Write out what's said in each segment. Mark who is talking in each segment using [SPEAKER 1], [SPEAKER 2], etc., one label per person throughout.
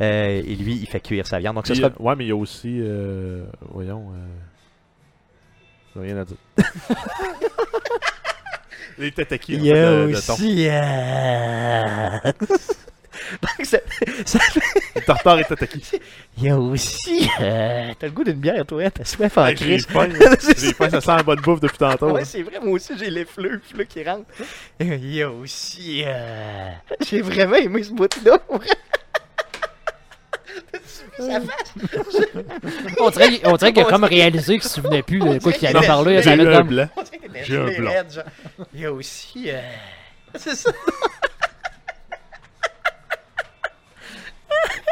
[SPEAKER 1] Euh, et lui, il fait cuire sa viande. Donc, ce
[SPEAKER 2] Puis,
[SPEAKER 1] sera...
[SPEAKER 2] euh, Ouais, mais il y a aussi. euh, voyons. euh, j'ai rien à dire. Les tataki, en
[SPEAKER 1] Il y a
[SPEAKER 2] fait, de- de thon.
[SPEAKER 1] aussi... euh, Donc, ça- ça
[SPEAKER 2] Le tartare et tataki.
[SPEAKER 1] Il y a aussi. euh, T'as le goût d'une bière, toi, hein? t'as soif en
[SPEAKER 2] Hey, J'ai
[SPEAKER 1] crise.
[SPEAKER 2] faim.
[SPEAKER 1] C'est
[SPEAKER 2] J'ai faim,
[SPEAKER 1] ça.
[SPEAKER 2] Ah, ça sent la bonne bouffe depuis
[SPEAKER 1] Ah
[SPEAKER 2] tantôt.
[SPEAKER 1] ouais,
[SPEAKER 2] hein.
[SPEAKER 1] c'est vrai, moi aussi j'ai les fleuves là, qui rentrent. Euh, Il y a aussi. euh, J'ai vraiment aimé ce bout-là. pour vrai. T'as-tu vu sa face?
[SPEAKER 3] On dirait, on dirait qu'il a
[SPEAKER 1] On
[SPEAKER 3] comme réalisé qu'il se souvenait plus de quoi qu'il
[SPEAKER 1] Non,
[SPEAKER 3] allait parler.
[SPEAKER 2] J'ai
[SPEAKER 3] Ça allait
[SPEAKER 2] eu un
[SPEAKER 3] comme...
[SPEAKER 2] blanc.
[SPEAKER 1] On dirait qu'elle est
[SPEAKER 2] J'ai un
[SPEAKER 1] gelée
[SPEAKER 2] blanc.
[SPEAKER 1] raide, genre. Il y a aussi. euh, C'est ça.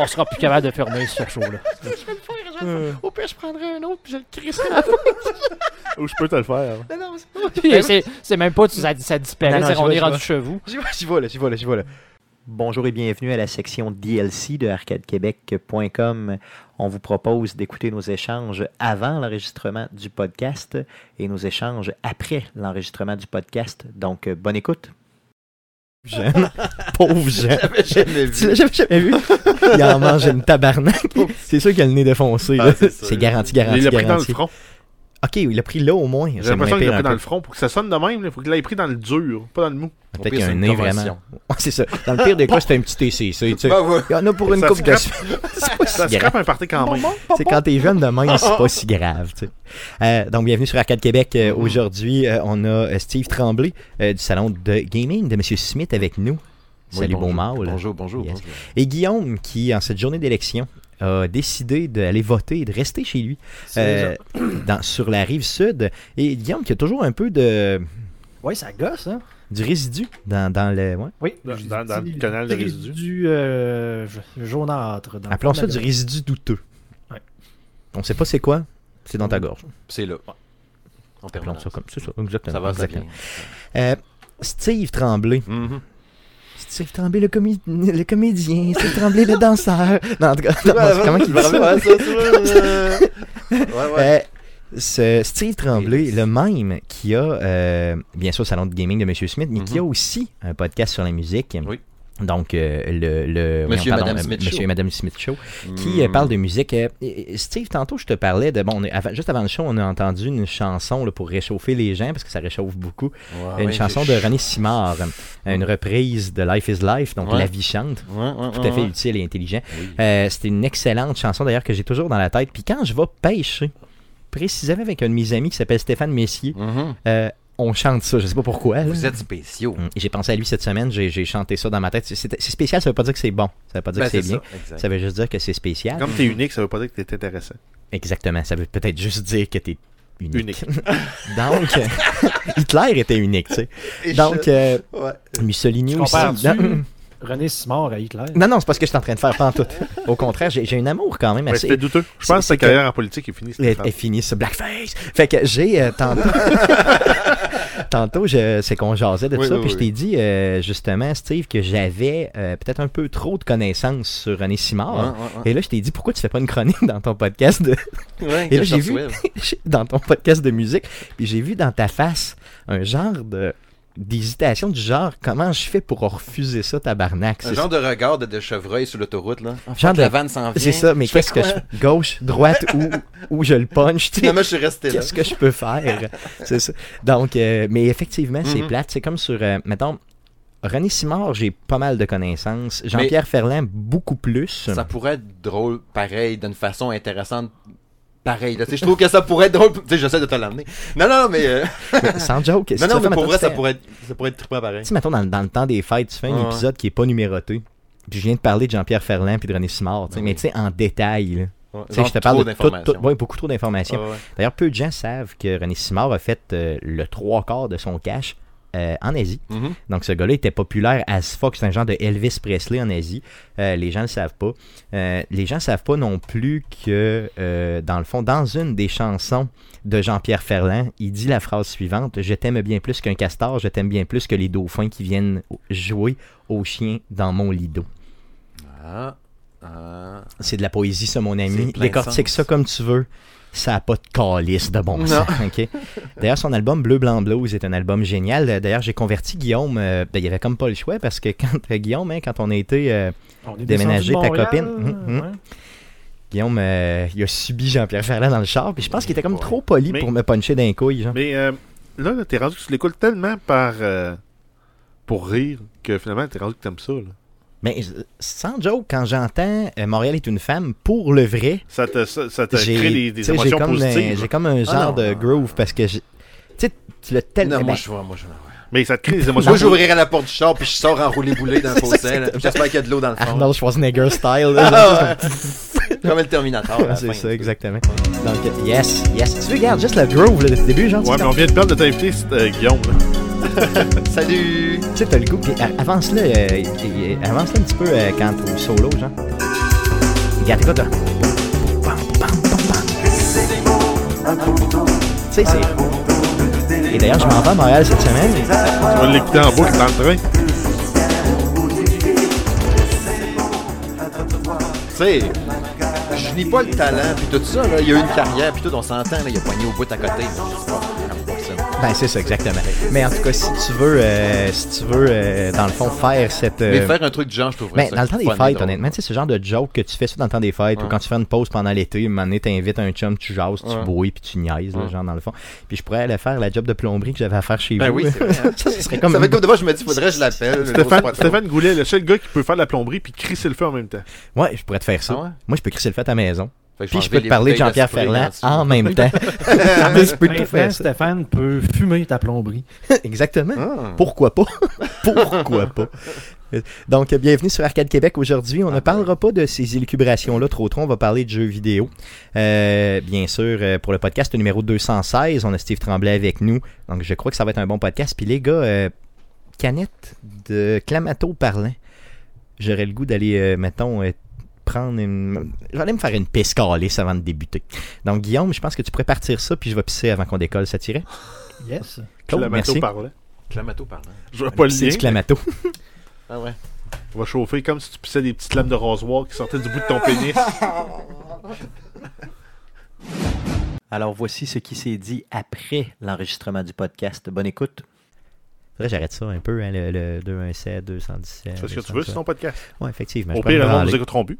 [SPEAKER 3] On sera plus capable de fermer ce show-là.
[SPEAKER 1] Je vais le faire. je vais le faire. Au pire, je prendrai un autre puis je le crisserai à la fin.
[SPEAKER 2] Ou je peux te le faire.
[SPEAKER 1] Non, non, c'est
[SPEAKER 3] Puis c'est- C'est même pas, ça, ça disparaît.
[SPEAKER 1] Non, non,
[SPEAKER 3] c'est-
[SPEAKER 1] je
[SPEAKER 3] on
[SPEAKER 1] vois,
[SPEAKER 3] est
[SPEAKER 1] je
[SPEAKER 3] rendu
[SPEAKER 1] vois.
[SPEAKER 3] chez vous.
[SPEAKER 1] J'y vais, j'y vais, là, j'y vais, là, j'y vais, là. Bonjour et bienvenue à la section DLC de arcadequebec.com. On vous propose d'écouter nos échanges avant l'enregistrement du podcast et nos échanges après l'enregistrement du podcast. Donc, euh, bonne écoute.
[SPEAKER 4] Jeune. Pauvre Jean.
[SPEAKER 1] J'avais jamais
[SPEAKER 4] Tu l'as jamais, jamais vu? Il en mange une tabarnak.
[SPEAKER 5] Oh.
[SPEAKER 4] C'est sûr qu'il a le nez défoncé. là.
[SPEAKER 2] Ah, c'est sûr.
[SPEAKER 4] c'est garanti,
[SPEAKER 2] Il
[SPEAKER 4] garanti,
[SPEAKER 2] l'a pris dans le
[SPEAKER 4] garanti.
[SPEAKER 2] front.
[SPEAKER 4] Ok, il a pris là au moins.
[SPEAKER 2] J'ai
[SPEAKER 4] Ça
[SPEAKER 2] l'impression qu'il l'a
[SPEAKER 4] m'empire
[SPEAKER 2] pris dans
[SPEAKER 4] un
[SPEAKER 2] le front. Pour que ça sonne de même, il faut qu'il l'ait pris dans le dur, pas dans le mou.
[SPEAKER 4] peu.
[SPEAKER 5] Au
[SPEAKER 4] Peut-être
[SPEAKER 5] pire,
[SPEAKER 4] qu'il a
[SPEAKER 5] c'est
[SPEAKER 4] un
[SPEAKER 5] une
[SPEAKER 4] nez
[SPEAKER 5] convention.
[SPEAKER 4] vraiment. Ouais, c'est ça. Dans le pire des cas, c'était un petit TCC. Tu sais.
[SPEAKER 5] Ben ouais.
[SPEAKER 4] Il y en a pour une
[SPEAKER 2] Ça
[SPEAKER 4] coupe
[SPEAKER 2] se
[SPEAKER 4] de
[SPEAKER 2] gratte.
[SPEAKER 4] semaines. C'est pas si
[SPEAKER 2] Ça
[SPEAKER 4] grave.
[SPEAKER 2] scrape un party quand même.
[SPEAKER 4] C'est quand t'es jeune de même, c'est pas si grave. tu sais. Euh, donc, bienvenue sur Arcade Québec. Euh, Aujourd'hui, euh, on a euh, Steve Tremblay euh, du salon de gaming de Monsieur Smith avec nous.
[SPEAKER 5] Oui,
[SPEAKER 4] Salut,
[SPEAKER 5] bonjour.
[SPEAKER 4] bon mâle.
[SPEAKER 5] Bonjour, bonjour.
[SPEAKER 4] Yes.
[SPEAKER 5] bonjour.
[SPEAKER 4] Et Guillaume, qui, en cette journée d'élection, a décidé d'aller voter et de rester chez lui euh, dans- sur la rive sud. Et Guillaume, qui a toujours un peu de,
[SPEAKER 6] Ouais, ça gosse, hein?
[SPEAKER 4] du résidu dans, dans le. ouais.
[SPEAKER 6] Oui.
[SPEAKER 2] Dans-
[SPEAKER 6] je-
[SPEAKER 2] dans- dans le
[SPEAKER 6] du-
[SPEAKER 2] canal de résidu.
[SPEAKER 6] Du euh, ja- jaunâtre. dans le
[SPEAKER 4] Appelons
[SPEAKER 6] fond
[SPEAKER 4] ça
[SPEAKER 6] de
[SPEAKER 4] du
[SPEAKER 6] la gorge.
[SPEAKER 4] résidu douteux.
[SPEAKER 6] Ouais.
[SPEAKER 4] On sait pas c'est quoi, c'est dans ta gorge.
[SPEAKER 5] C'est là. En
[SPEAKER 4] Appelons
[SPEAKER 5] permanence.
[SPEAKER 4] ça comme c'est ça. Exactement.
[SPEAKER 5] Ça va, ça
[SPEAKER 4] exactement.
[SPEAKER 5] vient.
[SPEAKER 4] Euh, Steve Tremblay.
[SPEAKER 5] Mhm.
[SPEAKER 4] Steve Tremblay, le, comi- le comédien. Steve Tremblay, le danseur. Non, en tout cas, non, comment il dit ça?
[SPEAKER 5] Vraiment, ça, tu vois, euh, Ouais, ouais.
[SPEAKER 4] Euh, ce Steve Tremblay, le même qui a, euh, bien sûr, le salon de gaming de Monsieur Smith, mais qui a aussi un podcast sur la musique.
[SPEAKER 5] Mm-hmm. Oui.
[SPEAKER 4] Donc, euh, le, le-
[SPEAKER 5] Monsieur
[SPEAKER 4] voyons,
[SPEAKER 5] et
[SPEAKER 4] pardon,
[SPEAKER 5] Madame
[SPEAKER 4] euh,
[SPEAKER 5] Smith
[SPEAKER 4] Monsieur
[SPEAKER 5] Show.
[SPEAKER 4] et Madame Smith Show, qui euh,
[SPEAKER 5] Mm.
[SPEAKER 4] parle de musique. Euh, et- et Steve, tantôt, je te parlais de. Bon, on est- avant- juste avant le show, on a entendu une chanson là, pour réchauffer les gens, parce que ça réchauffe beaucoup.
[SPEAKER 5] Mm. Ah Ouais,
[SPEAKER 4] une
[SPEAKER 5] ouais,
[SPEAKER 4] chanson de
[SPEAKER 5] j'ai-
[SPEAKER 4] René Simard, euh, une reprise de Life is Life, donc
[SPEAKER 5] Ouais.
[SPEAKER 4] La vie chante.
[SPEAKER 5] Ouais, ouais,
[SPEAKER 4] Tout à
[SPEAKER 5] ouais,
[SPEAKER 4] fait
[SPEAKER 5] ouais.
[SPEAKER 4] utile et intelligent.
[SPEAKER 5] Oui.
[SPEAKER 4] Euh, C'était une excellente chanson d'ailleurs que j'ai toujours dans la tête. Puis quand je vais pêcher, précisément avec un de mes amis qui s'appelle Stéphane Messier,
[SPEAKER 5] Mhm.
[SPEAKER 4] euh, on chante ça. Je sais pas pourquoi. là.
[SPEAKER 5] Vous êtes spéciaux.
[SPEAKER 4] Mm. J'ai pensé à lui cette semaine, j'ai j'ai chanté ça dans ma tête. C'est- C'est c'est spécial, ça veut pas dire que c'est bon. Ça veut pas dire
[SPEAKER 5] Ben,
[SPEAKER 4] que c'est
[SPEAKER 5] ça,
[SPEAKER 4] bien.
[SPEAKER 5] exact.
[SPEAKER 4] Ça veut juste dire que c'est spécial.
[SPEAKER 2] Comme t'es unique, ça veut pas dire que t'es intéressant.
[SPEAKER 4] Exactement. Ça veut peut-être juste dire que t'es unique.
[SPEAKER 2] Unique.
[SPEAKER 4] Donc, euh, Hitler était unique, tu sais. Donc, euh, Mussolini
[SPEAKER 6] Tu
[SPEAKER 4] aussi.
[SPEAKER 6] compares-tu
[SPEAKER 4] Non,
[SPEAKER 6] René Simard à Hitler.
[SPEAKER 4] non, non, c'est pas ce que je suis en train de faire, pas en tout. Au contraire, j'ai j'ai un amour quand même
[SPEAKER 2] Mais
[SPEAKER 4] assez
[SPEAKER 2] c'était douteux. Je pense que
[SPEAKER 4] c'est
[SPEAKER 2] sa
[SPEAKER 4] que-
[SPEAKER 2] carrière en politique est finie. cette
[SPEAKER 4] Elle
[SPEAKER 2] femme.
[SPEAKER 4] est finie, ce blackface. Fait que j'ai euh, tantôt. tantôt, je- c'est qu'on jasait de
[SPEAKER 5] Oui,
[SPEAKER 4] ça.
[SPEAKER 5] oui,
[SPEAKER 4] puis
[SPEAKER 5] oui.
[SPEAKER 4] je t'ai dit, euh, justement, Steve, que j'avais euh, peut-être un peu trop de connaissances sur René
[SPEAKER 5] Ouais,
[SPEAKER 4] Simard.
[SPEAKER 5] ouais,
[SPEAKER 4] Et là, je t'ai dit, pourquoi tu fais pas une chronique dans ton podcast de,
[SPEAKER 5] ouais. Ouais,
[SPEAKER 4] et là,
[SPEAKER 5] que
[SPEAKER 4] j'ai vu-
[SPEAKER 5] ça soit, ouais.
[SPEAKER 4] dans ton podcast de musique? Puis j'ai vu dans ta face un genre de d'hésitation du genre comment je fais pour refuser ça tabarnak
[SPEAKER 5] Un
[SPEAKER 4] c'est
[SPEAKER 5] genre de regard de, de chevreuil sur l'autoroute, là. Ah,
[SPEAKER 4] Genre
[SPEAKER 5] fuck,
[SPEAKER 4] de-
[SPEAKER 5] La vanne s'en vient.
[SPEAKER 4] c'est ça mais
[SPEAKER 5] Je fais
[SPEAKER 4] qu'est-ce que
[SPEAKER 5] quoi?
[SPEAKER 4] je gauche droite ou où je le punch tu sais?
[SPEAKER 5] Finalement, je suis resté là.
[SPEAKER 4] Qu'est-ce que je peux faire? c'est ça. Donc, euh, mais effectivement, c'est
[SPEAKER 5] Mhm.
[SPEAKER 4] plate. C'est comme sur, euh, mettons, René Simard, j'ai pas mal de connaissances. Jean-Pierre Ferland, beaucoup plus.
[SPEAKER 5] Ça pourrait être drôle, pareil, d'une façon intéressante, pareil. là. Tu sais, Je trouve que ça pourrait être drôle. Tu sais, J'essaie de te l'amener. Non, non, non, mais. euh,
[SPEAKER 4] Sans joke. si tu
[SPEAKER 5] Non, non,
[SPEAKER 4] fais,
[SPEAKER 5] mais
[SPEAKER 4] mettons,
[SPEAKER 5] pour vrai,
[SPEAKER 4] tu fais-
[SPEAKER 5] ça pourrait être, ça pourrait être trippant pareil.
[SPEAKER 4] Tu sais, mettons, dans, dans le temps des fêtes, tu fais un
[SPEAKER 5] Ouais.
[SPEAKER 4] épisode qui est pas numéroté. Puis je viens de parler de Jean-Pierre Ferland puis de René Simard, tu sais,
[SPEAKER 5] Ben
[SPEAKER 4] mais
[SPEAKER 5] oui.
[SPEAKER 4] tu sais, en détail. là.
[SPEAKER 5] Ouais,
[SPEAKER 4] Tu sais,
[SPEAKER 5] genre
[SPEAKER 4] je te
[SPEAKER 5] trop
[SPEAKER 4] parle de tout-
[SPEAKER 5] d'informations.
[SPEAKER 4] tout- ouais, beaucoup trop d'informations.
[SPEAKER 5] Ah ouais.
[SPEAKER 4] D'ailleurs, peu de gens savent que René Simard a fait euh, le trois quarts de son cash euh, en Asie.
[SPEAKER 5] Mhm.
[SPEAKER 4] Donc, ce gars-là était populaire as fuck. C'est un genre de Elvis Presley en Asie. Euh, les gens ne le savent pas. Euh, les gens ne savent pas non plus que, euh, dans le fond, dans une des chansons de Jean-Pierre Ferland, il dit la phrase suivante Je t'aime bien plus qu'un castor, je t'aime bien plus que les dauphins qui viennent jouer aux chiens dans mon lido.
[SPEAKER 5] Ah, ah.
[SPEAKER 4] C'est de la poésie, ça, mon ami.
[SPEAKER 5] C'est plein de
[SPEAKER 4] Décortique
[SPEAKER 5] sens.
[SPEAKER 4] ça comme tu veux. ça n'a pas de calice de bon
[SPEAKER 5] Non.
[SPEAKER 4] sens. ok? D'ailleurs, son album Bleu Blanc Blues est un album génial. D'ailleurs, j'ai converti Guillaume. euh, ben, il n'y avait comme pas le choix parce que quand Guillaume, hein, quand on a été. euh,
[SPEAKER 6] On est
[SPEAKER 4] Déménager
[SPEAKER 6] descendu de
[SPEAKER 4] ta
[SPEAKER 6] Montréal,
[SPEAKER 4] copine. Hum, hum.
[SPEAKER 6] ouais.
[SPEAKER 4] Guillaume, euh, il a subi Jean-Pierre Ferland dans le char. Puis je pense qu'il était comme
[SPEAKER 7] Ouais.
[SPEAKER 4] trop poli
[SPEAKER 7] Mais-
[SPEAKER 4] pour me puncher d'un couille. Genre.
[SPEAKER 7] Mais euh, là, là, t'es rendu que tu l'écoutes tellement par. euh, pour rire, que finalement, t'es rendu que t'aimes ça. là.
[SPEAKER 4] Mais euh, sans joke, quand j'entends euh, Montréal est une femme pour le vrai,
[SPEAKER 7] Ça te, ça, ça te
[SPEAKER 4] j'ai
[SPEAKER 7] crée des,
[SPEAKER 4] tu
[SPEAKER 7] des
[SPEAKER 4] sais, j'ai
[SPEAKER 7] émotions
[SPEAKER 4] comme, un-
[SPEAKER 7] positives.
[SPEAKER 4] j'ai comme un genre
[SPEAKER 5] non,
[SPEAKER 4] de
[SPEAKER 5] non.
[SPEAKER 4] groove parce que j'ai- tu sais, tu l'as tellement.
[SPEAKER 5] Non, moi,
[SPEAKER 4] ben,
[SPEAKER 5] je vois, moi, je vois.
[SPEAKER 7] Mais ça te crée des émotions
[SPEAKER 5] Moi, j'ouvrirai la porte du char, puis je sors en roulé-boulé dans le
[SPEAKER 4] C'est ça,
[SPEAKER 5] fossé. là.
[SPEAKER 4] exactement.
[SPEAKER 5] J'espère qu'il y a de l'eau dans le fond.
[SPEAKER 4] Arnold Schwarzenegger style. là, genre,
[SPEAKER 5] Ah, ouais. Comme le Terminator. à la fin.
[SPEAKER 4] c'est ça, exactement. Donc, euh, yes, yes. Tu regardes juste le groove là, depuis le début, genre. tu
[SPEAKER 7] Ouais, mais on vient de perdre de t'inviter, euh, Guillaume. là.
[SPEAKER 5] Salut!
[SPEAKER 4] Tu sais, t'as le goût. Puis a- avance-le euh, et- et- avance-le un petit peu euh, quand au solo, genre. Regarde, écoute. là. Pam, pam, pam, pam. Tu sais, c'est. Et d'ailleurs, je m'en vais à Montréal cette semaine.
[SPEAKER 7] Tu vas l'écouter en boucle dans le train.
[SPEAKER 5] Tu sais, je nie pas le talent, puis tout ça, là. Il y a eu une carrière, puis tout, on s'entend, là. Il a poigné au bout à côté. mais je sais pas, j'aime pas ça.
[SPEAKER 4] Ben, c'est ça, exactement. Mais en tout cas, si tu veux, euh, si tu veux euh, dans le fond, faire cette. euh,
[SPEAKER 5] Mais faire un truc du genre, je trouverais
[SPEAKER 4] Ben,
[SPEAKER 5] ça
[SPEAKER 4] dans le temps des
[SPEAKER 5] funny,
[SPEAKER 4] fêtes,
[SPEAKER 5] drôle.
[SPEAKER 4] honnêtement, tu sais, ce genre de joke que tu fais ça dans le temps des fêtes, ou
[SPEAKER 5] Ouais.
[SPEAKER 4] quand tu fais une pause pendant l'été, un moment donné, t'invites un chum, tu jases, tu
[SPEAKER 5] Ouais.
[SPEAKER 4] bouilles, puis tu niaises, là,
[SPEAKER 5] Ouais.
[SPEAKER 4] genre dans le fond. Puis je pourrais aller faire la job de plomberie que j'avais à faire chez
[SPEAKER 5] Ben
[SPEAKER 4] vous.
[SPEAKER 5] oui,
[SPEAKER 4] là.
[SPEAKER 5] c'est vrai. hein.
[SPEAKER 4] ça, ce serait comme.
[SPEAKER 5] Ça fait comme de moi, je me dis, faudrait que je l'appelle. le gros
[SPEAKER 7] Stéphane,
[SPEAKER 5] spot.
[SPEAKER 7] Stéphane Goulet, le seul gars qui peut faire de la plomberie puis crisser le feu en même temps.
[SPEAKER 4] Ouais, je pourrais te faire ça.
[SPEAKER 5] Ah ouais?
[SPEAKER 4] Moi, je peux crisser le fait à ta maison.
[SPEAKER 5] Fait que
[SPEAKER 4] Puis je
[SPEAKER 5] enlever
[SPEAKER 4] peux te
[SPEAKER 5] les
[SPEAKER 4] parler de
[SPEAKER 5] bouteilles
[SPEAKER 4] Jean-Pierre
[SPEAKER 5] spray
[SPEAKER 4] Ferland
[SPEAKER 5] dans le
[SPEAKER 4] en même temps. Ah, je peux tout
[SPEAKER 6] Maintenant,
[SPEAKER 4] faire ça.
[SPEAKER 6] Stéphane peut fumer ta plomberie.
[SPEAKER 4] Exactement.
[SPEAKER 5] Ah.
[SPEAKER 4] Pourquoi pas? Pourquoi pas? Donc, euh, bienvenue sur Arcade Québec aujourd'hui. On ne parlera pas de ces élucubrations-là trop trop. On va parler de jeux vidéo. Euh, bien sûr, euh, pour le podcast numéro 216, on a Steve Tremblay avec nous. Donc, je crois que ça va être un bon podcast. Puis les gars, euh, canette de Clamato parlant. J'aurais le goût d'aller, euh, mettons, euh, prendre une... Je vais aller me faire une pisse calisse avant de débuter. Donc, Guillaume, je pense que tu pourrais partir ça, puis je vais pisser avant qu'on décolle, ça tirait?
[SPEAKER 6] Yes.
[SPEAKER 4] Claude,
[SPEAKER 7] Clamato
[SPEAKER 4] merci.
[SPEAKER 7] parlait.
[SPEAKER 5] Clamato parlant.
[SPEAKER 7] Je vois pas le
[SPEAKER 4] C'est
[SPEAKER 7] lien.
[SPEAKER 4] du Clamato.
[SPEAKER 5] Ah ouais.
[SPEAKER 7] On va chauffer comme si tu poussais des petites lames de rasoir qui sortaient du bout de ton pénis.
[SPEAKER 1] Alors voici ce qui s'est dit après l'enregistrement du podcast. Bonne écoute.
[SPEAKER 4] Faudrait que j'arrête ça un peu, hein, le, le 217, 217.
[SPEAKER 7] Tu fais ce que tu veux, c'est ton podcast.
[SPEAKER 4] Ouais, effectivement.
[SPEAKER 7] Au pire, les gens nous écouteront plus.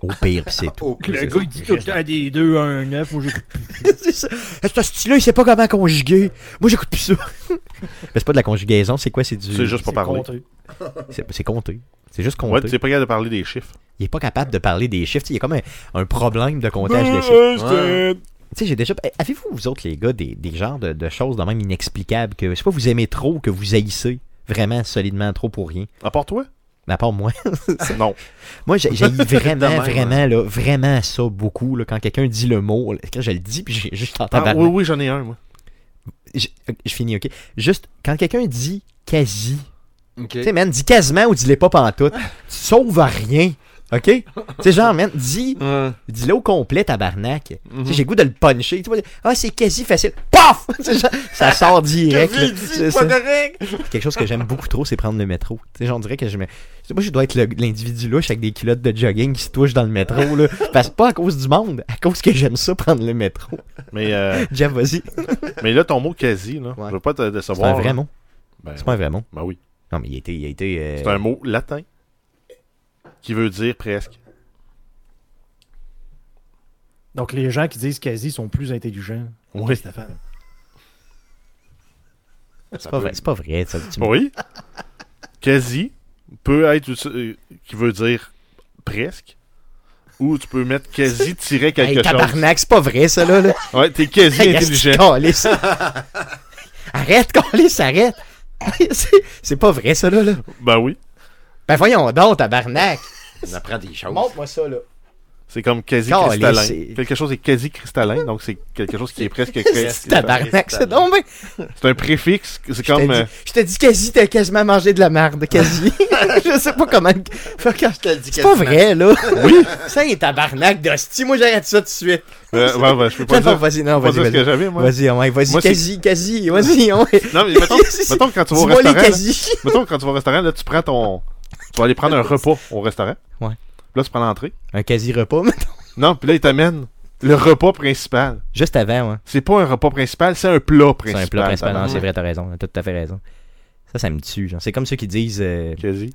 [SPEAKER 4] Au pire, pis c'est tout.
[SPEAKER 6] Le gars, il dit tout le temps des 2 à 1 9. Moi, j'écoute
[SPEAKER 4] c'est ça. Ce style-là, il sait pas comment conjuguer. Moi, j'écoute plus ça. Mais c'est pas de la conjugaison, c'est quoi C'est du.
[SPEAKER 7] C'est juste pour parler.
[SPEAKER 6] contre eux.
[SPEAKER 4] C'est c'est compté. C'est juste
[SPEAKER 7] Ouais,
[SPEAKER 4] compté.
[SPEAKER 7] tu sais pas capable de parler des chiffres.
[SPEAKER 4] il est pas capable de parler des chiffres. Tu sais, Il y a comme un, un problème de comptage
[SPEAKER 7] Euh,
[SPEAKER 4] des chiffres.
[SPEAKER 7] Ouais.
[SPEAKER 4] Tu sais, j'ai déjà. Eh, Avez-vous, vous autres, les gars, des, des genres de, de choses de même inexplicables que, je sais pas, vous aimez trop ou que vous haïssez vraiment solidement trop pour rien
[SPEAKER 7] À part toi?
[SPEAKER 4] Mais à part moi.
[SPEAKER 7] Non. hein.
[SPEAKER 4] Moi, j'ai j'ai vraiment,
[SPEAKER 5] De même,
[SPEAKER 4] vraiment, là, vraiment ça beaucoup. Là, quand quelqu'un dit le mot, là, quand je le dis, puis j'ai juste en
[SPEAKER 7] Ah,
[SPEAKER 4] tabarnak.
[SPEAKER 7] oui, oui, j'en ai un, moi.
[SPEAKER 4] Je, je finis, ok. Juste, quand quelqu'un dit quasi,
[SPEAKER 5] Ok.
[SPEAKER 4] tu sais, man, dis quasiment ou dis-les pas pantoute, tu sauves à rien, ok? Tu sais, genre, man, dis,
[SPEAKER 5] Ouais. Mhm.
[SPEAKER 4] dis-le au complet, tabarnak. Tu sais, j'ai le goût de le puncher. Tu vois, ah, c'est quasi facile. Paf! Tu sais, genre, ça sort direct. là. C'est ça. Quelque chose que j'aime beaucoup trop, c'est prendre le métro. Tu sais, j'en dirais que je me. Moi, je dois être le- l'individu louche avec des culottes de jogging qui se touchent dans le métro, là. Parce que pas à cause du monde, à cause que j'aime ça prendre le métro.
[SPEAKER 7] Mais, euh,
[SPEAKER 4] Jeff, vas-y.
[SPEAKER 7] mais là, ton mot quasi, là,
[SPEAKER 4] Ouais.
[SPEAKER 7] je veux pas te
[SPEAKER 4] C'est
[SPEAKER 7] décevoir.
[SPEAKER 4] un vrai
[SPEAKER 7] là.
[SPEAKER 4] mot.
[SPEAKER 7] Ben,
[SPEAKER 4] C'est pas un vrai mot.
[SPEAKER 7] ben oui.
[SPEAKER 4] Non, mais il a été. Il a été euh,
[SPEAKER 7] C'est un mot latin qui veut dire presque.
[SPEAKER 6] Donc, les gens qui disent quasi sont plus intelligents.
[SPEAKER 7] Oui.
[SPEAKER 6] Stéphane.
[SPEAKER 4] c'est pas vrai. C'est pas vrai. ça, tu-
[SPEAKER 7] Oui. Quasi peut être uti- euh, qui veut dire presque. Ou tu peux mettre quasi tirer
[SPEAKER 4] Hey,
[SPEAKER 7] quelque chose.
[SPEAKER 4] tabarnak, c'est pas vrai, ça, là. là.
[SPEAKER 7] Ouais, t'es quasi
[SPEAKER 4] Hey,
[SPEAKER 7] intelligent.
[SPEAKER 4] calisse. Arrête, calisse, arrête. C'est- C'est pas vrai, ça, là. là.
[SPEAKER 7] Ben oui.
[SPEAKER 4] Ben voyons donc, tabarnak.
[SPEAKER 5] On apprend des choses.
[SPEAKER 4] Montre-moi ça, là.
[SPEAKER 7] C'est comme quasi
[SPEAKER 4] Calisse,
[SPEAKER 7] cristallin.
[SPEAKER 4] c'est-
[SPEAKER 7] Quelque chose est quasi cristallin, donc c'est quelque chose qui est presque
[SPEAKER 4] C'est
[SPEAKER 7] presque.
[SPEAKER 4] tabarnak, c'est donc ben-
[SPEAKER 7] C'est un préfixe, c'est
[SPEAKER 4] Je t'ai
[SPEAKER 7] comme.
[SPEAKER 4] dit-
[SPEAKER 7] euh,
[SPEAKER 4] Je t'ai dit quasi, t'as quasiment mangé de la merde, quasi. je sais pas comment. Faut que-
[SPEAKER 5] Je te le dis
[SPEAKER 4] C'est pas
[SPEAKER 5] quasiment.
[SPEAKER 4] vrai, là. Oui. Ça, il est tabarnak d'hostie. Moi, j'arrête ça tout de suite.
[SPEAKER 7] euh, ouais, ouais, je peux pas
[SPEAKER 4] Non,
[SPEAKER 7] dire,
[SPEAKER 4] vas-y, non,
[SPEAKER 7] je peux pas
[SPEAKER 4] vas-y,
[SPEAKER 7] dire ce que
[SPEAKER 4] vas-y.
[SPEAKER 7] j'avais, moi.
[SPEAKER 4] Vas-y, ouais, vas-y,
[SPEAKER 7] Moi, c'est-
[SPEAKER 4] quasi, quasi, vas-y, ouais.
[SPEAKER 7] Non, mais mettons, mettons quand tu vas au
[SPEAKER 4] Dis-moi les
[SPEAKER 7] restaurant. là,
[SPEAKER 4] quasi.
[SPEAKER 7] mettons quand tu vas au restaurant, là, tu prends ton. Tu vas aller prendre un repas au restaurant.
[SPEAKER 4] Ouais.
[SPEAKER 7] Là, tu prends l'entrée.
[SPEAKER 4] Un quasi repas,
[SPEAKER 7] Non, puis là, ils t'amènent le repas principal.
[SPEAKER 4] Juste avant, ouais.
[SPEAKER 7] C'est pas un repas principal, c'est un plat
[SPEAKER 4] C'est
[SPEAKER 7] principal.
[SPEAKER 4] un plat principal. Non,
[SPEAKER 7] tabarnak.
[SPEAKER 4] c'est vrai, t'as raison. T'as tout à fait raison. Ça, ça me tue. genre. C'est comme ceux qui disent. Euh...
[SPEAKER 7] Quasi.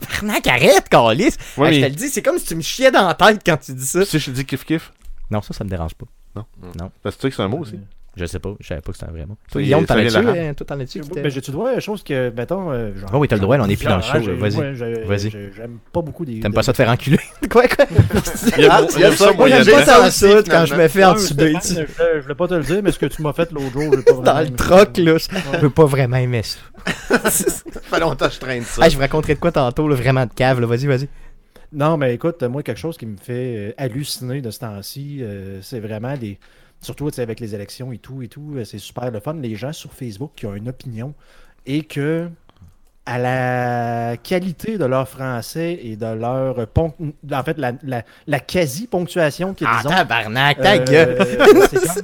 [SPEAKER 4] Tabarnak, arrête, calice!
[SPEAKER 7] Ouais,
[SPEAKER 4] Hey, Je
[SPEAKER 7] mais
[SPEAKER 4] te le dis, c'est comme si tu me chiais dans la tête quand tu dis ça.
[SPEAKER 7] si je te dis kiff-kiff,
[SPEAKER 4] Non, ça, ça me dérange pas.
[SPEAKER 7] parce que tu sais que c'est un mot aussi.
[SPEAKER 4] Je sais pas, je savais pas que c'était un vrai mot.
[SPEAKER 7] C'est-
[SPEAKER 4] Toi, Guillaume, t'en
[SPEAKER 7] c'est un
[SPEAKER 4] as-tu?
[SPEAKER 7] élarant.
[SPEAKER 4] euh, Toi, t'en as-tu? qui t'a-
[SPEAKER 6] Ben, j'ai-tu le droit à chose que, mettons. euh, genre-
[SPEAKER 4] Ah oui, t'as le droit, là, on est plus dans le
[SPEAKER 6] Genre,
[SPEAKER 4] show,
[SPEAKER 6] hein,
[SPEAKER 4] vas-y,
[SPEAKER 6] j'ai- ouais, j'ai-
[SPEAKER 4] vas-y.
[SPEAKER 6] j'ai- J'aime pas beaucoup des.
[SPEAKER 4] T'aimes
[SPEAKER 6] des-
[SPEAKER 4] pas ça te faire enculer? quoi, quoi?
[SPEAKER 7] Il y a, il y a ça,
[SPEAKER 4] Moi,
[SPEAKER 7] moyen
[SPEAKER 4] j'aime
[SPEAKER 7] de-
[SPEAKER 4] pas Ah, ça en
[SPEAKER 5] aussi,
[SPEAKER 4] soute quand
[SPEAKER 5] finalement.
[SPEAKER 4] je me fais
[SPEAKER 6] Ouais,
[SPEAKER 4] entuber,
[SPEAKER 6] Stéphane,
[SPEAKER 4] tu sais.
[SPEAKER 6] Je voulais- je voulais pas te le dire, mais ce que tu m'as fait l'autre jour, je pas
[SPEAKER 4] Dans le
[SPEAKER 6] vraiment-
[SPEAKER 4] troc, là. Je peux pas vraiment aimer ça.
[SPEAKER 5] Ça fait longtemps que je traîne ça.
[SPEAKER 4] Hey, je vous raconterai de quoi tantôt, là, vraiment de cave, là. Vas-y, vas-y.
[SPEAKER 6] Non, mais écoute, moi, quelque chose qui me fait euh, halluciner de ce temps-ci, euh, c'est vraiment les. Surtout tu sais, avec les élections et tout, et tout, euh, c'est super le fun. Les gens sur Facebook qui ont une opinion et que, à la qualité de leur français et de leur. ponc- En fait, la, la- la quasi-ponctuation qu'ils
[SPEAKER 4] Ah,
[SPEAKER 6] ont.
[SPEAKER 4] tabarnak,
[SPEAKER 6] Euh,
[SPEAKER 4] ta gueule!
[SPEAKER 6] c'est comme-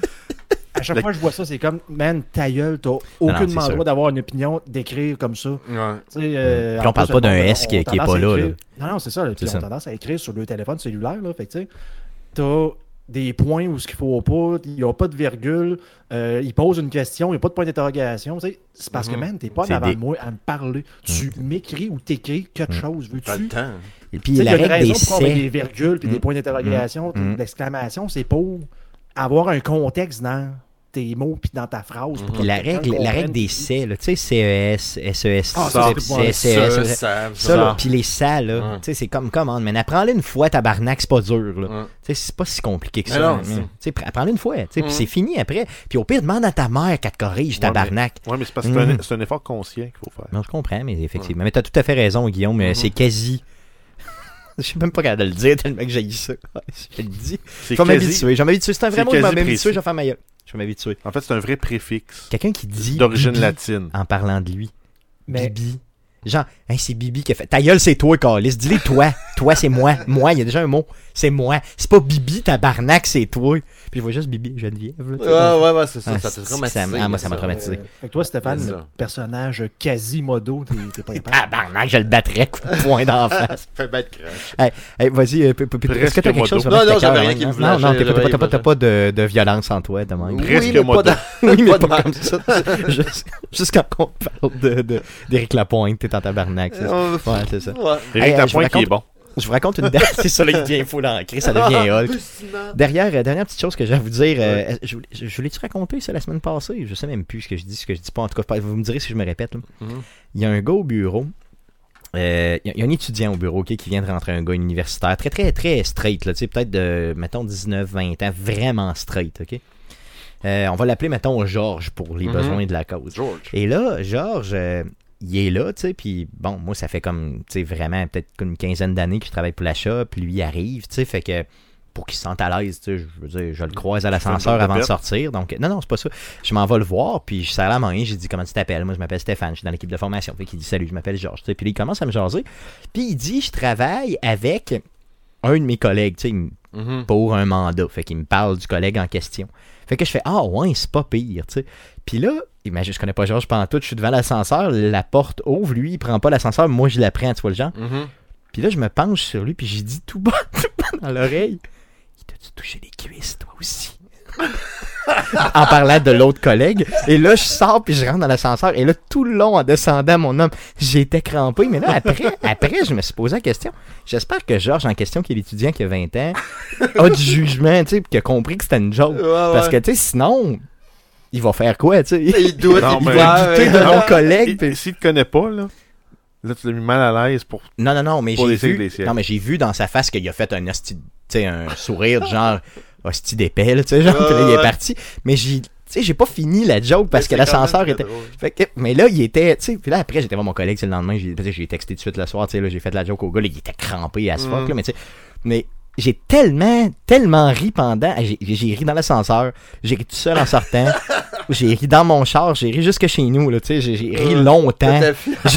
[SPEAKER 6] à chaque
[SPEAKER 7] La-
[SPEAKER 6] fois que je vois ça, c'est comme, man, ta gueule, t'as aucunement
[SPEAKER 4] c'est
[SPEAKER 6] le
[SPEAKER 4] sûr. Mm.
[SPEAKER 6] droit d'avoir une opinion, d'écrire comme ça.
[SPEAKER 5] Ouais.
[SPEAKER 6] Tu sais, euh,
[SPEAKER 4] Puis on
[SPEAKER 6] en
[SPEAKER 4] parle
[SPEAKER 6] plus,
[SPEAKER 4] pas d'un
[SPEAKER 6] on-
[SPEAKER 4] S
[SPEAKER 6] on
[SPEAKER 4] qui- qui est
[SPEAKER 6] tendance
[SPEAKER 4] pas
[SPEAKER 6] à
[SPEAKER 4] là,
[SPEAKER 6] écrire-
[SPEAKER 4] là.
[SPEAKER 6] Non, non, c'est ça. Puis
[SPEAKER 4] C'est
[SPEAKER 6] on
[SPEAKER 4] ça.
[SPEAKER 6] a tendance à écrire sur le téléphone cellulaire. Là, fait que tu sais, t'as des points où ce qu'il faut pas, il n'y a pas de virgule, euh, il pose une question, il n'y a pas de point d'interrogation. tu sais. C'est parce que, man, t'es pas en
[SPEAKER 4] Mm-hmm. C'est
[SPEAKER 6] avant
[SPEAKER 4] des- Mm.
[SPEAKER 6] de moi à me parler. Tu m'écris ou t'écris quelque chose,
[SPEAKER 5] T'as le
[SPEAKER 6] veux-tu?
[SPEAKER 5] temps.
[SPEAKER 4] Et
[SPEAKER 6] Tu
[SPEAKER 4] puis,
[SPEAKER 6] sais,
[SPEAKER 4] la
[SPEAKER 6] il y a une
[SPEAKER 4] règle des
[SPEAKER 6] raison pour avoir
[SPEAKER 4] sets.
[SPEAKER 6] des virgules, puis
[SPEAKER 4] Mm.
[SPEAKER 6] des points d'interrogation, puis
[SPEAKER 4] Mm.
[SPEAKER 6] d'exclamation, c'est pour avoir un contexte dans tes mots puis dans ta phrase. pour
[SPEAKER 4] Puis
[SPEAKER 6] que
[SPEAKER 4] Mm. la
[SPEAKER 6] quelqu'un
[SPEAKER 4] règle, la règle
[SPEAKER 6] comprenne.
[SPEAKER 4] des sets, là, tu sais, E CES, SES,
[SPEAKER 6] Ah, ça, c'est
[SPEAKER 4] E
[SPEAKER 6] pas-
[SPEAKER 4] CSES,
[SPEAKER 5] Ça, ça,
[SPEAKER 4] Ça, là,
[SPEAKER 5] ça.
[SPEAKER 4] puis les salles, là,
[SPEAKER 5] Ouais.
[SPEAKER 4] tu sais, c'est comme commande, mais apprends-les une fois, tabarnak, c'est pas dur, là.
[SPEAKER 5] Ouais.
[SPEAKER 4] Tu sais, c'est pas si compliqué que
[SPEAKER 5] Mais
[SPEAKER 4] ça.
[SPEAKER 5] non,
[SPEAKER 4] man.
[SPEAKER 5] c'est-
[SPEAKER 4] Tu sais, pr- apprends-les une fois, tu sais, puis
[SPEAKER 5] Mm.
[SPEAKER 4] c'est fini après. Puis au pire, demande à ta mère qu'elle te corrige, tabarnak.
[SPEAKER 7] Ouais, mais c'est parce que c'est un-
[SPEAKER 4] Mhm.
[SPEAKER 7] c'est un, effort conscient qu'il faut faire.
[SPEAKER 4] Non, je comprends, mais effectivement. Mais t'as tout à fait raison, Guillaume, mais c'est quasi... Je sais même pas quand de le dire, tellement que j'ai dit ça. Je le dis.
[SPEAKER 7] C'est
[SPEAKER 4] Je vais
[SPEAKER 7] quasi.
[SPEAKER 4] m'habituer. Je vais m'habituer. C'est un vrai
[SPEAKER 7] c'est
[SPEAKER 4] mot, je vais
[SPEAKER 7] quasi
[SPEAKER 4] m'habituer. Je
[SPEAKER 7] précis.
[SPEAKER 4] vais faire ma gueule. Je vais m'habituer.
[SPEAKER 7] En fait, c'est un vrai préfixe
[SPEAKER 4] Quelqu'un qui dit.
[SPEAKER 7] d'origine
[SPEAKER 4] Bibi
[SPEAKER 7] latine.
[SPEAKER 4] En parlant de lui.
[SPEAKER 6] Mais-
[SPEAKER 4] Bibi. Genre, Hey, c'est Bibi qui a fait. Ta gueule, c'est toi, Carlis. Dis-le, toi. toi, c'est moi. Moi, il y a déjà un mot. C'est moi. C'est pas Bibi, tabarnak, c'est toi. Puis je vois juste Bibi, Geneviève. Là, tu sais,
[SPEAKER 5] Ouais, ouais, ouais, c'est ça.
[SPEAKER 4] Ah,
[SPEAKER 5] Ça
[SPEAKER 4] c'est-
[SPEAKER 5] t'a
[SPEAKER 4] c'est-
[SPEAKER 5] traumatisé.
[SPEAKER 4] ça- ah, moi, ça m'a traumatisé.
[SPEAKER 6] Fait que toi, Stéphane,
[SPEAKER 5] C'est
[SPEAKER 6] le
[SPEAKER 5] ça.
[SPEAKER 6] personnage quasi-modo, t'es t'es pas épais.
[SPEAKER 4] Tabarnak, je le battrais coup de poing d'en face.
[SPEAKER 5] Fait bête crush.
[SPEAKER 4] Hey, vas-y, euh, p- p- p- est-ce que t'as
[SPEAKER 7] Presque
[SPEAKER 4] quelque chose
[SPEAKER 7] modo.
[SPEAKER 4] vraiment
[SPEAKER 5] Non, non,
[SPEAKER 4] qui
[SPEAKER 5] j'avais
[SPEAKER 4] t'écoeure,
[SPEAKER 5] rien qui
[SPEAKER 4] hein? Non,
[SPEAKER 5] me voulait
[SPEAKER 4] non, t'as pas,
[SPEAKER 5] lâcher,
[SPEAKER 4] t'as
[SPEAKER 5] j'avais
[SPEAKER 4] pas, t'as
[SPEAKER 5] rien
[SPEAKER 4] pas de, de violence en toi, de même.
[SPEAKER 7] Presque
[SPEAKER 5] Oui, mais
[SPEAKER 7] moto.
[SPEAKER 5] pas dans-
[SPEAKER 4] Oui, mais
[SPEAKER 5] pas
[SPEAKER 4] pas
[SPEAKER 5] de
[SPEAKER 4] comme ça. Juste- Juste quand on parle de- de- d'Éric Lapointe, t'es en tabarnak. c'est ça.
[SPEAKER 5] Euh,
[SPEAKER 4] Ouais, c'est ça.
[SPEAKER 5] Ouais.
[SPEAKER 4] Hey,
[SPEAKER 7] Éric
[SPEAKER 4] euh, je vous
[SPEAKER 7] Lapointe qui est bon.
[SPEAKER 4] Je vous raconte une dernière. c'est ça, là, il devient fou dans la crise, ça devient Hulk. Dernière, euh, dernière petite chose que j'ai à vous dire, euh, je, voulais- je- je l'ai-tu raconté ça la semaine passée? Je sais même plus ce que je dis, ce que je dis pas. En tout cas, vous me direz si je me répète. là.
[SPEAKER 5] Mhm.
[SPEAKER 4] Il y a un gars au bureau, euh, il y, a- il y a un étudiant au bureau ok, qui vient de rentrer, un gars universitaire, très très très straight, là, tu sais, peut-être de, mettons, 19-20 ans, vraiment straight, ok? Euh, on va l'appeler, mettons, Georges pour les
[SPEAKER 5] Mhm.
[SPEAKER 4] besoins de la cause.
[SPEAKER 5] George.
[SPEAKER 4] Et là, Georges, euh, il est là, tu sais, puis bon, moi, ça fait comme, tu sais, vraiment, peut-être une quinzaine d'années que je travaille pour la shop, puis lui, il arrive, tu sais, fait que pour qu'il se sente à l'aise, tu sais, je veux dire, je le croise à l'ascenseur
[SPEAKER 7] bonne
[SPEAKER 4] avant de
[SPEAKER 7] tapette.
[SPEAKER 4] sortir, donc, non, non, c'est pas ça. Je m'en vais le voir, puis je serre la main, j'ai dit, comment tu t'appelles? Moi, je m'appelle Stéphane, je suis dans l'équipe de formation, fait qu'il dit, salut, je m'appelle Georges, tu sais, puis là, il commence à me jaser, puis il dit, je travaille avec un de mes collègues, tu sais, il me
[SPEAKER 5] Mhm.
[SPEAKER 4] Mm-hmm. pour un mandat. Fait qu'il me parle du collègue en question. Fait que je fais Ah ouais, c'est pas pire, tu sais. Puis là, imagine, je connais pas Georges Pantoute, je suis devant l'ascenseur, la porte ouvre, lui, il prend pas l'ascenseur, moi je la prends, tu vois le genre.
[SPEAKER 5] Mhm.
[SPEAKER 4] Puis là, je me penche sur lui, puis j'ai dit tout bas, tout bas dans l'oreille Il t'a-tu touché les cuisses, toi aussi en parlant de l'autre collègue. Et là, je sors puis je rentre dans l'ascenseur. Et là, tout le long, en descendant, mon homme, j'étais crampé. Mais là, après, après, je me suis posé la question. J'espère que Georges, en question, qui est l'étudiant qui a 20 ans, a du jugement, tu sais, puis qu'il a compris que c'était une joke. Parce que, tu sais, sinon, il va faire quoi, tu sais?
[SPEAKER 5] Il doit
[SPEAKER 7] Non,
[SPEAKER 5] il
[SPEAKER 7] mais-
[SPEAKER 5] doit
[SPEAKER 4] Tu sais, euh, de
[SPEAKER 5] douter
[SPEAKER 4] mon
[SPEAKER 7] Et-
[SPEAKER 4] collègue. puis-
[SPEAKER 7] et S'il te connaît pas, là, là, tu l'as mis mal à l'aise pour.
[SPEAKER 4] Non, non, non, mais
[SPEAKER 7] Pour
[SPEAKER 4] j'ai
[SPEAKER 7] les siècles
[SPEAKER 4] vu,
[SPEAKER 7] des siècles.
[SPEAKER 4] non, mais j'ai vu dans sa face qu'il a fait un hostie, tu sais, un sourire de genre hostie d'épais, là, tu sais, genre, puis là, il
[SPEAKER 5] Ouais.
[SPEAKER 4] est parti. Mais j'ai, tu sais, j'ai pas fini la joke parce que
[SPEAKER 5] Mais c'est quand
[SPEAKER 4] l'ascenseur
[SPEAKER 5] même
[SPEAKER 4] était. Hein?
[SPEAKER 5] très drôle.
[SPEAKER 4] Fait que- mais là, il était, tu sais, puis là, après, j'étais voir mon collègue, tu sais, le lendemain, j'ai, parce que j'ai texté tout de suite le soir, tu sais, là, j'ai fait de la joke au gars, là, il était crampé à ce fuck,
[SPEAKER 5] Mm.
[SPEAKER 4] là, mais tu sais, mais j'ai tellement, tellement ri pendant, ah, j'ai, j'ai- j'ai ri dans l'ascenseur, j'ai ri tout seul en sortant, j'ai ri dans mon char, j'ai ri jusque chez nous, là, tu sais, j'ai, j'ai ri
[SPEAKER 5] Ouais.
[SPEAKER 4] longtemps.
[SPEAKER 5] T'as fait-
[SPEAKER 4] J'ai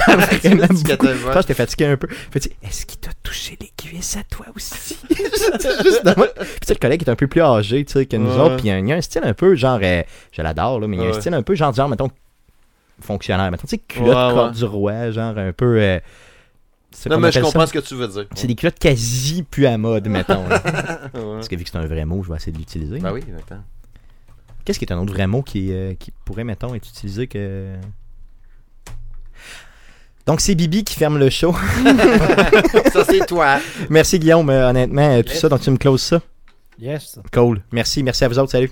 [SPEAKER 4] vraiment
[SPEAKER 5] Tu
[SPEAKER 4] beaucoup-
[SPEAKER 5] t'étais-
[SPEAKER 4] Je pense que j'étais fatigué un peu. Fait que, est-ce qu'il t'a touché les cuisses à toi aussi? Juste dans- Puis tu sais, le collègue est un peu plus âgé, tu sais, que nous
[SPEAKER 5] Ouais.
[SPEAKER 4] autres. Puis il y a un- il y a un style un peu genre, euh, je l'adore, là, mais il y a un
[SPEAKER 5] Ouais.
[SPEAKER 4] style un peu genre, genre, mettons, fonctionnaire. Mettons, tu sais, culotte
[SPEAKER 5] Ouais, ouais.
[SPEAKER 4] corde du roi, genre un peu. euh, c'est
[SPEAKER 5] Non,
[SPEAKER 4] qu'on
[SPEAKER 5] mais je
[SPEAKER 4] appelle ça.
[SPEAKER 5] comprends ce que tu veux dire.
[SPEAKER 4] C'est des culottes quasi plus à mode, mettons. là.
[SPEAKER 5] Ouais.
[SPEAKER 4] Parce que vu que c'est un vrai mot, je vais essayer de l'utiliser.
[SPEAKER 5] Ben oui, attends.
[SPEAKER 4] Qu'est-ce qui est un autre vrai mot qui, euh, qui pourrait, mettons, être utilisé que. Donc, c'est Bibi qui ferme le show.
[SPEAKER 5] Ça, c'est toi.
[SPEAKER 4] merci, Guillaume. euh, honnêtement, euh, tout ça, donc tu me closes ça.
[SPEAKER 6] Yes.
[SPEAKER 4] Cool. Merci. Merci à vous autres. Salut.